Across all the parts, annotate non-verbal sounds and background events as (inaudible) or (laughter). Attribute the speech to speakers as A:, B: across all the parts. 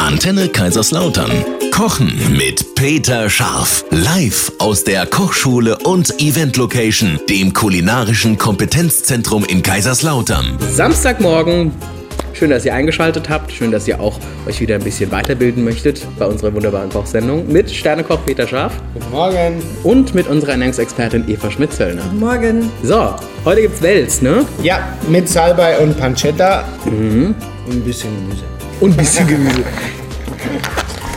A: Antenne Kaiserslautern. Kochen mit Peter Scharf. Live aus der Kochschule und Event Location, dem kulinarischen Kompetenzzentrum in Kaiserslautern.
B: Samstagmorgen. Schön, dass ihr eingeschaltet habt. Schön, dass ihr auch euch wieder ein bisschen weiterbilden möchtet bei unserer wunderbaren Kochsendung mit Sternekoch Peter Scharf
C: Guten Morgen.
B: und mit unserer Ernährungsexpertin Eva Schmitzöllner.
D: Morgen.
B: So, heute gibt's Wels, ne?
C: Ja, mit Salbei und Pancetta. Und ein bisschen Gemüse.
B: Und ein bisschen Gemüse.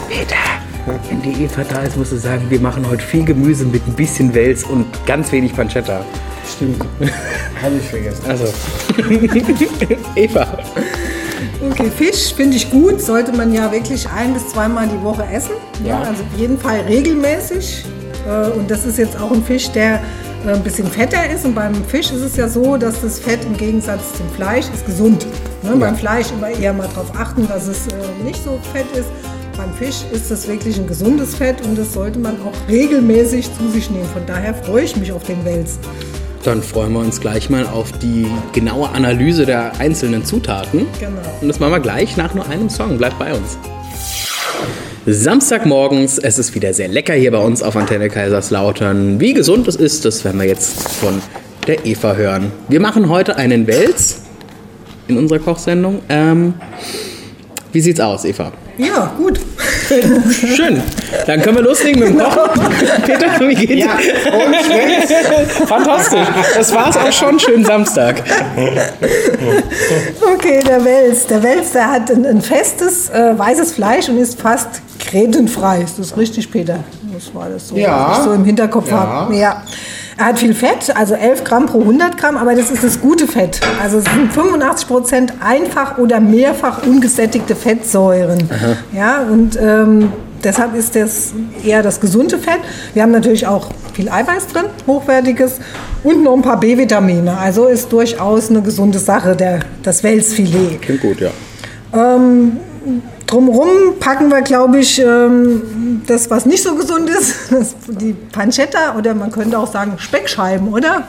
B: Peter, wenn die Eva da ist, musst du sagen, wir machen heute viel Gemüse mit ein bisschen Wels und ganz wenig Pancetta.
C: Stimmt. Habe ich vergessen.
B: Also, (laughs) Eva,
D: Okay, Fisch finde ich gut. Sollte man ja wirklich ein bis zweimal die Woche essen. Ja. Also auf jeden Fall regelmäßig. Äh, Und das ist jetzt auch ein Fisch, der äh, ein bisschen fetter ist. Und beim Fisch ist es ja so, dass das Fett im Gegensatz zum Fleisch ist gesund. Ne? Beim Fleisch immer eher mal darauf achten, dass es äh, nicht so fett ist. Beim Fisch ist das wirklich ein gesundes Fett und das sollte man auch regelmäßig zu sich nehmen. Von daher freue ich mich auf den Wels.
B: dann freuen wir uns gleich mal auf die genaue Analyse der einzelnen Zutaten.
D: Genau.
B: Und das machen wir gleich nach nur einem Song. Bleibt bei uns. Samstagmorgens, es ist wieder sehr lecker hier bei uns auf Antenne Kaiserslautern. Wie gesund es ist, das werden wir jetzt von der Eva hören. Wir machen heute einen Wels in unserer Kochsendung. Ähm, wie sieht's aus, (laughs) Eva?
D: Ja, gut.
B: Schön. Dann können wir loslegen mit dem Kochen. (laughs) Peter, wie geht's?
C: Ja, und schmeckt's?
D: (laughs)
B: Fantastisch. Das war's auch schon. Schönen Samstag.
D: Okay, der Wels. Der Wels, der hat ein, ein festes, äh, weißes Fleisch und ist fast kretenfrei. Ist das richtig, Peter? Das war das so,
C: Ja.
D: was ich so im Hinterkopf
C: Ja.
D: habe. Ja. Er hat viel Fett, also 11 Gramm pro 100 Gramm, aber das ist das gute Fett. Also es sind 85 Prozent einfach oder mehrfach ungesättigte Fettsäuren. Ja, und ähm, deshalb ist das eher das gesunde Fett. Wir haben natürlich auch viel Eiweiß drin, hochwertiges, und noch ein paar B-Vitamine. Also ist durchaus eine gesunde Sache, der, das Welsfilet.
B: Klingt gut, ja.
D: Drumherum packen wir, glaube ich, ähm, das, was nicht so gesund ist, (laughs) das, die Pancetta oder man könnte auch sagen Speckscheiben, oder?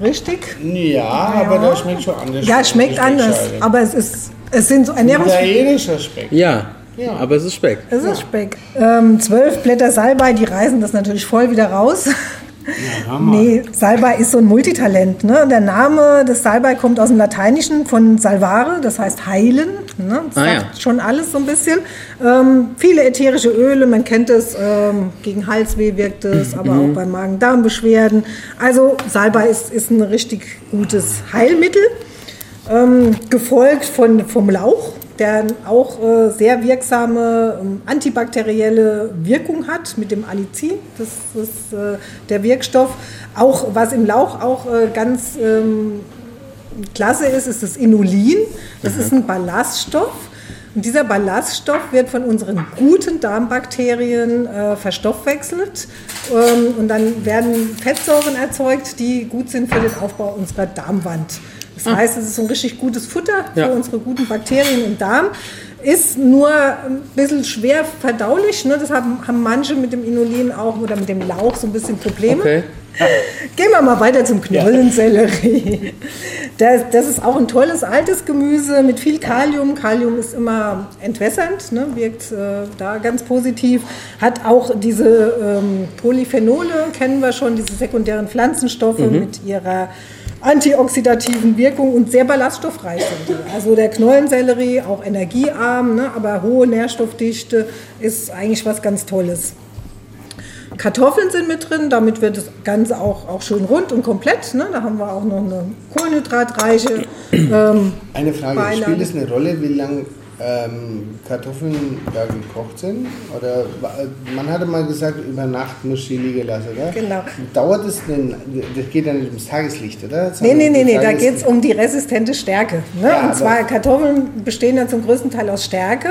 D: Richtig?
C: Ja, aber das schmeckt schon anders. Also
D: Ja, es schmeckt
C: Die
D: anders, Ah,
C: Speckscheibe.
D: aber es, ist, es sind so Ernährungs...
C: Italienischer Speck.
B: Ja, aber es ist Speck.
D: Es ist Speck. Ähm, zwölf Blätter Salbei, die reißen das natürlich voll wieder raus. nee, Salbei ist so ein Multitalent. Ne? Der Name des Salbei kommt aus dem Lateinischen von salvare, das heißt heilen. Ne? Das
B: Ah, ja.
D: sagt schon alles so ein bisschen. Ähm, viele ätherische Öle, man kennt es, ähm, gegen Halsweh wirkt es, aber auch bei Magen-Darm-Beschwerden. Also Salbei ist, ist ein richtig gutes Heilmittel ähm, gefolgt von, vom Lauch, der auch äh, sehr wirksame ähm, antibakterielle Wirkung hat mit dem Alicin, das ist äh, der Wirkstoff. Auch was im Lauch auch äh, ganz ähm, klasse ist, ist das Inulin. Das
B: Mhm.
D: ist ein Ballaststoff. Und dieser Ballaststoff wird von unseren guten Darmbakterien äh, verstoffwechselt. Ähm, und dann werden Fettsäuren erzeugt, die gut sind für den Aufbau unserer Darmwand. Das heißt, es ist so ein richtig gutes Futter für
B: Ja.
D: unsere guten Bakterien im Darm. Ist nur ein bisschen schwer verdaulich. Ne? Das haben, haben manche mit dem Inulin auch oder mit dem Lauch so ein bisschen Probleme.
B: Okay.
D: Gehen wir mal weiter zum Knollensellerie. Das, das ist auch ein tolles altes Gemüse mit viel Kalium. Kalium ist immer entwässernd, ne? wirkt äh, da ganz positiv. Hat auch diese ähm, Polyphenole, kennen wir schon, diese sekundären Pflanzenstoffe mit ihrer antioxidativen Wirkung und sehr ballaststoffreich sind die. Also der Knollensellerie, auch energiearm, ne? aber hohe Nährstoffdichte ist eigentlich was ganz Tolles. Kartoffeln sind mit drin, damit wird das Ganze auch, auch schön rund und komplett. Ne? Da haben wir auch noch eine kohlenhydratreiche. Ähm,
C: Eine Frage,
D: Beilage.
C: spielt es eine Rolle, wie lang ähm, Kartoffeln da gekocht sind? Oder wa- man hatte mal gesagt, über Nacht muss sie liegen lassen, oder?
D: Genau.
C: Dauert es denn, das geht ja nicht ums Tageslicht, oder?
D: nee, nee, nee, nee, da
C: Tageslicht.
D: geht es um die resistente Stärke. Ne?
C: Ja, aber-
D: und zwar Kartoffeln bestehen ja zum größten Teil aus Stärke.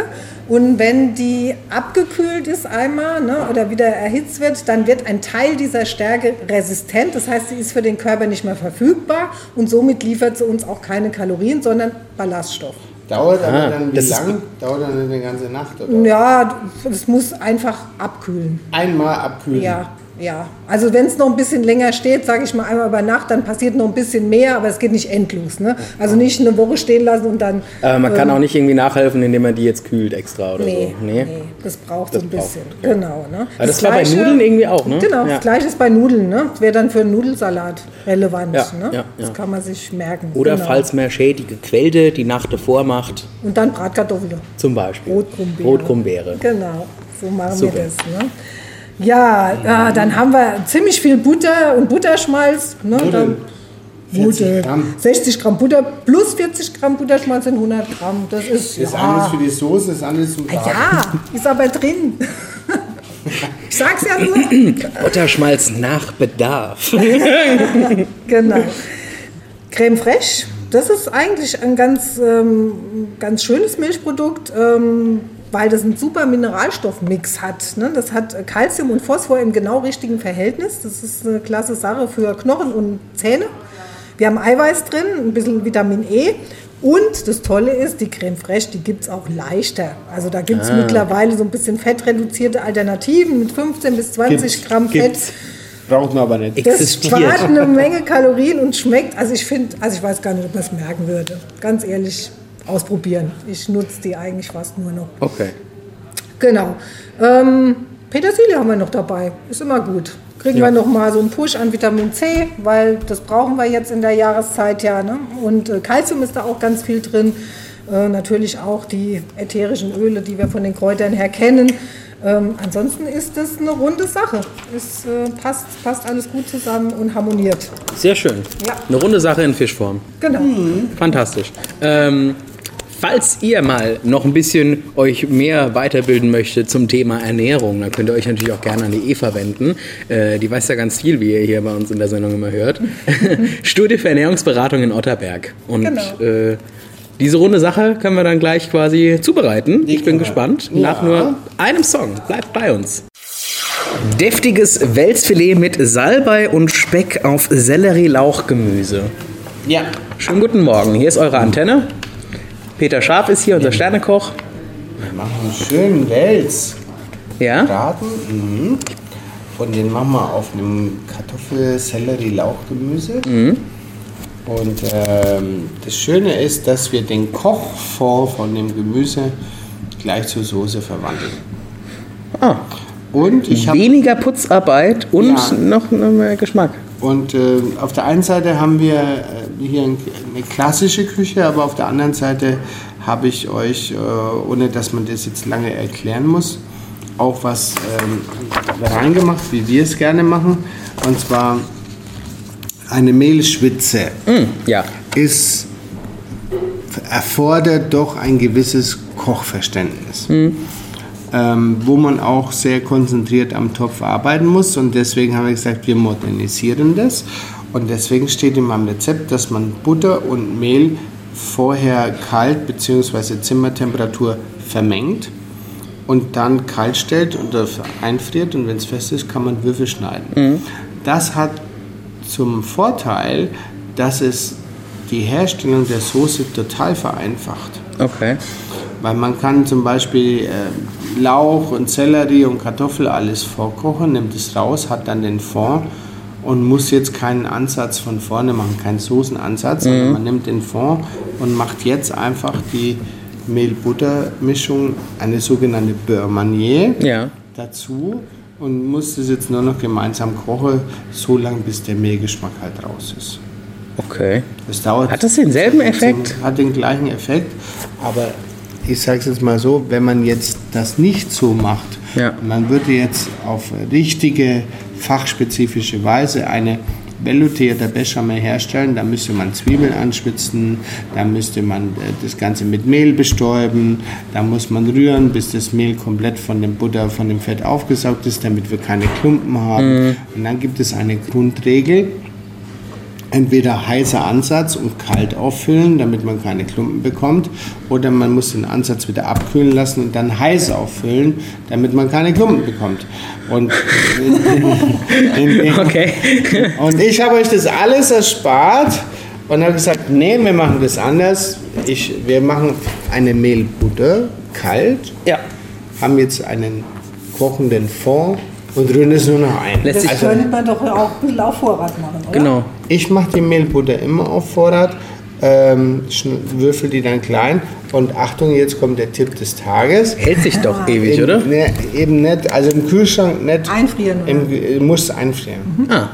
D: Und wenn die abgekühlt ist einmal ne, oder wieder erhitzt wird, dann wird ein Teil dieser Stärke resistent. Das heißt, sie ist für den Körper nicht mehr verfügbar und somit liefert sie uns auch keine Kalorien, sondern Ballaststoff.
C: Dauert aber
B: Ah,
C: dann wie
B: das ist-
C: lang? Dauert dann eine ganze Nacht, oder?
D: Ja, es muss einfach abkühlen.
C: Einmal abkühlen.
D: Ja, ja, also wenn es noch ein bisschen länger steht, sage ich mal einmal über Nacht, dann passiert noch ein bisschen mehr, aber es geht nicht endlos. Ne? Also nicht eine Woche stehen lassen und dann.
B: Aber man kann auch nicht irgendwie nachhelfen, indem man die jetzt kühlt extra oder
D: Ähm. Nee,
B: so. also, Nee.
D: nee, das braucht
B: Das
D: so ein
B: braucht,
D: bisschen.
B: ja.
D: Genau. Ne?
B: Aber das war bei Nudeln irgendwie auch, ne?
D: Genau,
B: Ja.
D: das gleiche ist bei Nudeln. Ne? Wäre dann für einen Nudelsalat relevant.
B: Ja,
D: ne?
B: ja, ja.
D: Das kann man sich merken.
B: Oder
D: genau.
B: falls man Shady gequälte, die Nacht davor macht,
D: Und dann Bratkartoffeln.
B: zum Beispiel.
D: Rotgrumbeere.
B: Rotgrumbeere.
D: Genau, so machen
B: Super.
D: wir das. Ne? Ja, äh, dann haben wir ziemlich viel Butter und Butterschmalz. Ne? Dann,
C: 40
D: Butter.
C: Gramm.
D: 60 Gramm Butter plus 40 Gramm Butterschmalz sind 100 Gramm. Das ist,
C: Das eine ist
D: ja,
C: für die Soße, das andere ist zum Braten.
D: ja, ist aber drin. (laughs) ich sag's ja nur.
B: Butterschmalz nach Bedarf.
D: Genau. Creme fraiche, das ist eigentlich ein ganz, ähm, ganz schönes Milchprodukt, ähm, weil das einen super Mineralstoffmix hat. Ne? Das hat Kalzium und Phosphor im genau richtigen Verhältnis. Das ist eine klasse Sache für Knochen und Zähne. Wir haben Eiweiß drin, ein bisschen Vitamin E. Und das Tolle ist, die Creme fraiche, die gibt es auch leichter. Also da
C: Ah.
D: gibt es mittlerweile so ein bisschen fettreduzierte Alternativen mit 15 bis 20
C: Gibt's,
D: Gramm Fett.
C: gibt's. Braucht man aber nicht.
D: Das
B: existiert.
D: spart eine Menge Kalorien und schmeckt. Also ich finde, also ich weiß gar nicht, ob man es merken würde. Ganz ehrlich, ausprobieren. Ich nutze die eigentlich fast nur noch.
B: Okay.
D: Genau. Ähm, Petersilie haben wir noch dabei. Ist immer gut. Kriegen wir noch mal so einen Push an Vitamin C, weil das brauchen wir jetzt in der Jahreszeit ja. Ne? Und äh, Calcium ist da auch ganz viel drin. Äh, natürlich auch die ätherischen Öle, die wir von den Kräutern her kennen. Ähm, ansonsten ist das eine runde Sache. Es äh, passt, passt alles gut zusammen und harmoniert.
B: Sehr schön.
D: Ja.
B: Eine runde Sache in Fischform.
D: Genau.
B: Fantastisch. Ähm, falls ihr mal noch ein bisschen euch mehr weiterbilden möchtet zum Thema Ernährung, dann könnt ihr euch natürlich auch gerne an die Eva wenden. Äh, die weiß ja ganz viel, wie ihr hier bei uns in der Sendung immer hört. Studie für Ernährungsberatung in Otterberg. Und
D: Genau.
B: äh, diese runde Sache können wir dann gleich quasi zubereiten. Ich bin gespannt. Nach nur einem Song. Bleibt bei uns. Deftiges Welsfilet mit Salbei und Speck auf Sellerie-Lauchgemüse.
C: Ja.
B: Schönen guten Morgen, hier ist eure Antenne. Peter Scharf ist hier, unser Sternekoch.
C: Wir machen einen schönen Wels.
B: Ja,
C: Braten. Mhm. Und den machen wir auf einem Kartoffel-Sellerie-Lauchgemüse. Und ähm, das Schöne ist, dass wir den Kochfond von dem Gemüse gleich zur Soße verwandeln. Und ich habe
B: Ah, weniger Putzarbeit und
C: Ja.
B: noch mehr Geschmack.
C: und äh, auf der einen Seite haben wir äh, hier ein, eine klassische Küche, aber auf der anderen Seite habe ich euch, äh, ohne dass man das jetzt lange erklären muss, auch was ähm, reingemacht, wie wir es gerne machen. Und zwar eine Mehlschwitze
B: Ja,
C: ist, erfordert doch ein gewisses Kochverständnis. Ähm, wo man auch sehr konzentriert am Topf arbeiten muss. Und deswegen haben wir gesagt, wir modernisieren das. Und deswegen steht in meinem Rezept, dass man Butter und Mehl vorher kalt bzw. Zimmertemperatur vermengt und dann kalt stellt und das einfriert. Und wenn es fest ist, kann man Würfel schneiden. Das hat zum Vorteil, dass es die Herstellung der Soße total vereinfacht.
B: okay.
C: Weil man kann zum Beispiel äh, Lauch und Sellerie und Kartoffel alles vorkochen, nimmt es raus, hat dann den Fond und muss jetzt keinen Ansatz von vorne machen, keinen Soßenansatz, sondern man nimmt den Fond und macht jetzt einfach die Mehl-Butter-Mischung, eine sogenannte Beurre Manier,
B: Ja.
C: dazu und muss das jetzt nur noch gemeinsam kochen, so lange bis der Mehlgeschmack halt raus ist.
B: Okay. (laughs)
C: Das dauert
B: Hat das denselben Effekt?
C: Hat den gleichen Effekt, aber ich sage es jetzt mal so, wenn man jetzt das nicht so macht,
B: Ja.
C: man würde jetzt auf richtige, fachspezifische Weise eine Veloutierte Bechamel herstellen, da müsste man Zwiebeln anschwitzen, da müsste man äh, das Ganze mit Mehl bestäuben, da muss man rühren, bis das Mehl komplett von dem Butter, von dem Fett aufgesaugt ist, damit wir keine Klumpen haben.
B: Mhm.
C: Und dann gibt es eine Grundregel, entweder heißer Ansatz und kalt auffüllen, damit man keine Klumpen bekommt, oder man muss den Ansatz wieder abkühlen lassen und dann heiß auffüllen, damit man keine Klumpen bekommt. Und, äh,
B: Okay.
C: und ich habe euch das alles erspart und habe gesagt, nee, wir machen das anders. Ich, wir machen eine Mehlbutter kalt,
B: Ja.
C: haben jetzt einen kochenden Fond und rühren es nur noch ein.
B: Lässt
D: Das
B: sich-
C: also,
D: könnte man doch auch ein bisschen auf Vorrat machen, oder?
B: Genau.
C: ich mache die Mehlbutter immer auf Vorrat, ähm, schn- würfel die dann klein und Achtung, jetzt kommt der Tipp des Tages.
B: Hält sich doch ewig,
C: Eben-
B: oder?
C: Ne, eben nicht, also im Kühlschrank nicht.
D: Einfrieren, oder?
C: Im, äh, muss einfrieren.
B: Ah,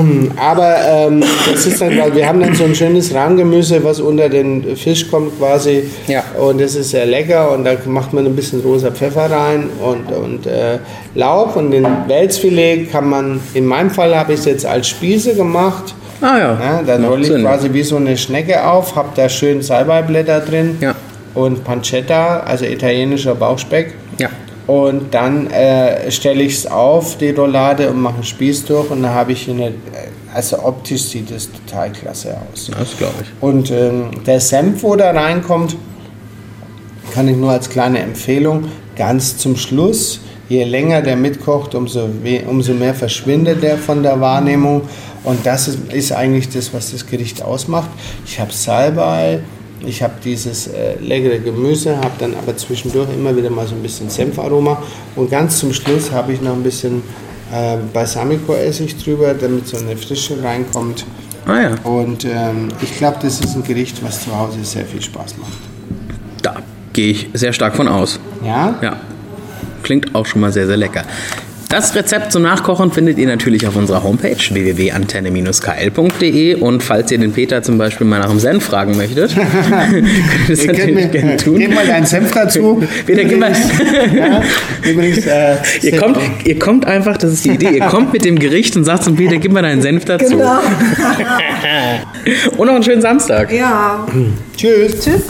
C: Ähm, Aber ähm, das ist dann, weil wir haben dann so ein schönes Rahmgemüse, was unter den Fisch kommt quasi.
B: Ja.
C: Und das ist sehr lecker und da macht man ein bisschen rosa Pfeffer rein und, und äh, Lauch und den Welsfilet kann man, in meinem Fall habe ich es jetzt als Spieße gemacht.
B: ah ja.
C: Ja, dann
B: Macht
C: rolle ich
B: Sinn.
C: quasi wie so eine Schnecke auf, habe da schön Salbeiblätter drin
B: Ja.
C: und Pancetta, also italienischer Bauchspeck.
B: Ja.
C: Und dann äh, stelle ich es auf, die Roulade, und mache einen Spieß durch. Und dann habe ich hier eine. Also optisch sieht es total klasse aus.
B: Das glaube ich.
C: Und ähm, der Senf, wo da reinkommt, kann ich nur als kleine Empfehlung ganz zum Schluss. Je länger der mitkocht, umso, we- umso mehr verschwindet der von der Wahrnehmung. Und das ist, ist eigentlich das, was das Gericht ausmacht. Ich habe Salbei, ich habe dieses äh, leckere Gemüse, habe dann aber zwischendurch immer wieder mal so ein bisschen Senfaroma. Und ganz zum Schluss habe ich noch ein bisschen äh, Balsamico-Essig drüber, damit so eine Frische reinkommt.
B: Ah ja.
C: Und ähm, ich glaube, das ist ein Gericht, was zu Hause sehr viel Spaß macht.
B: Da gehe ich sehr stark von aus.
C: Ja?
B: Ja. Klingt auch schon mal sehr, sehr lecker. Das Rezept zum Nachkochen findet ihr natürlich auf unserer Homepage www.antenne-kl.de und falls ihr den Peter zum Beispiel mal nach dem Senf fragen möchtet, (laughs) könnt ihr das
C: Ihr könnt mir,
B: natürlich gerne
C: (laughs) Gebt
B: tun.
C: mal deinen Senf dazu.
B: Peter, gib mal-
C: (laughs)
B: (laughs)
C: ja, übrigens äh,
B: Ihr kommt, ihr kommt einfach, das ist die Idee, ihr kommt mit dem Gericht und sagt zum Peter, gib mal deinen Senf dazu.
D: Genau.
B: (laughs) Und noch einen schönen Samstag.
D: ja.
C: Tschüss.
D: Tschüss.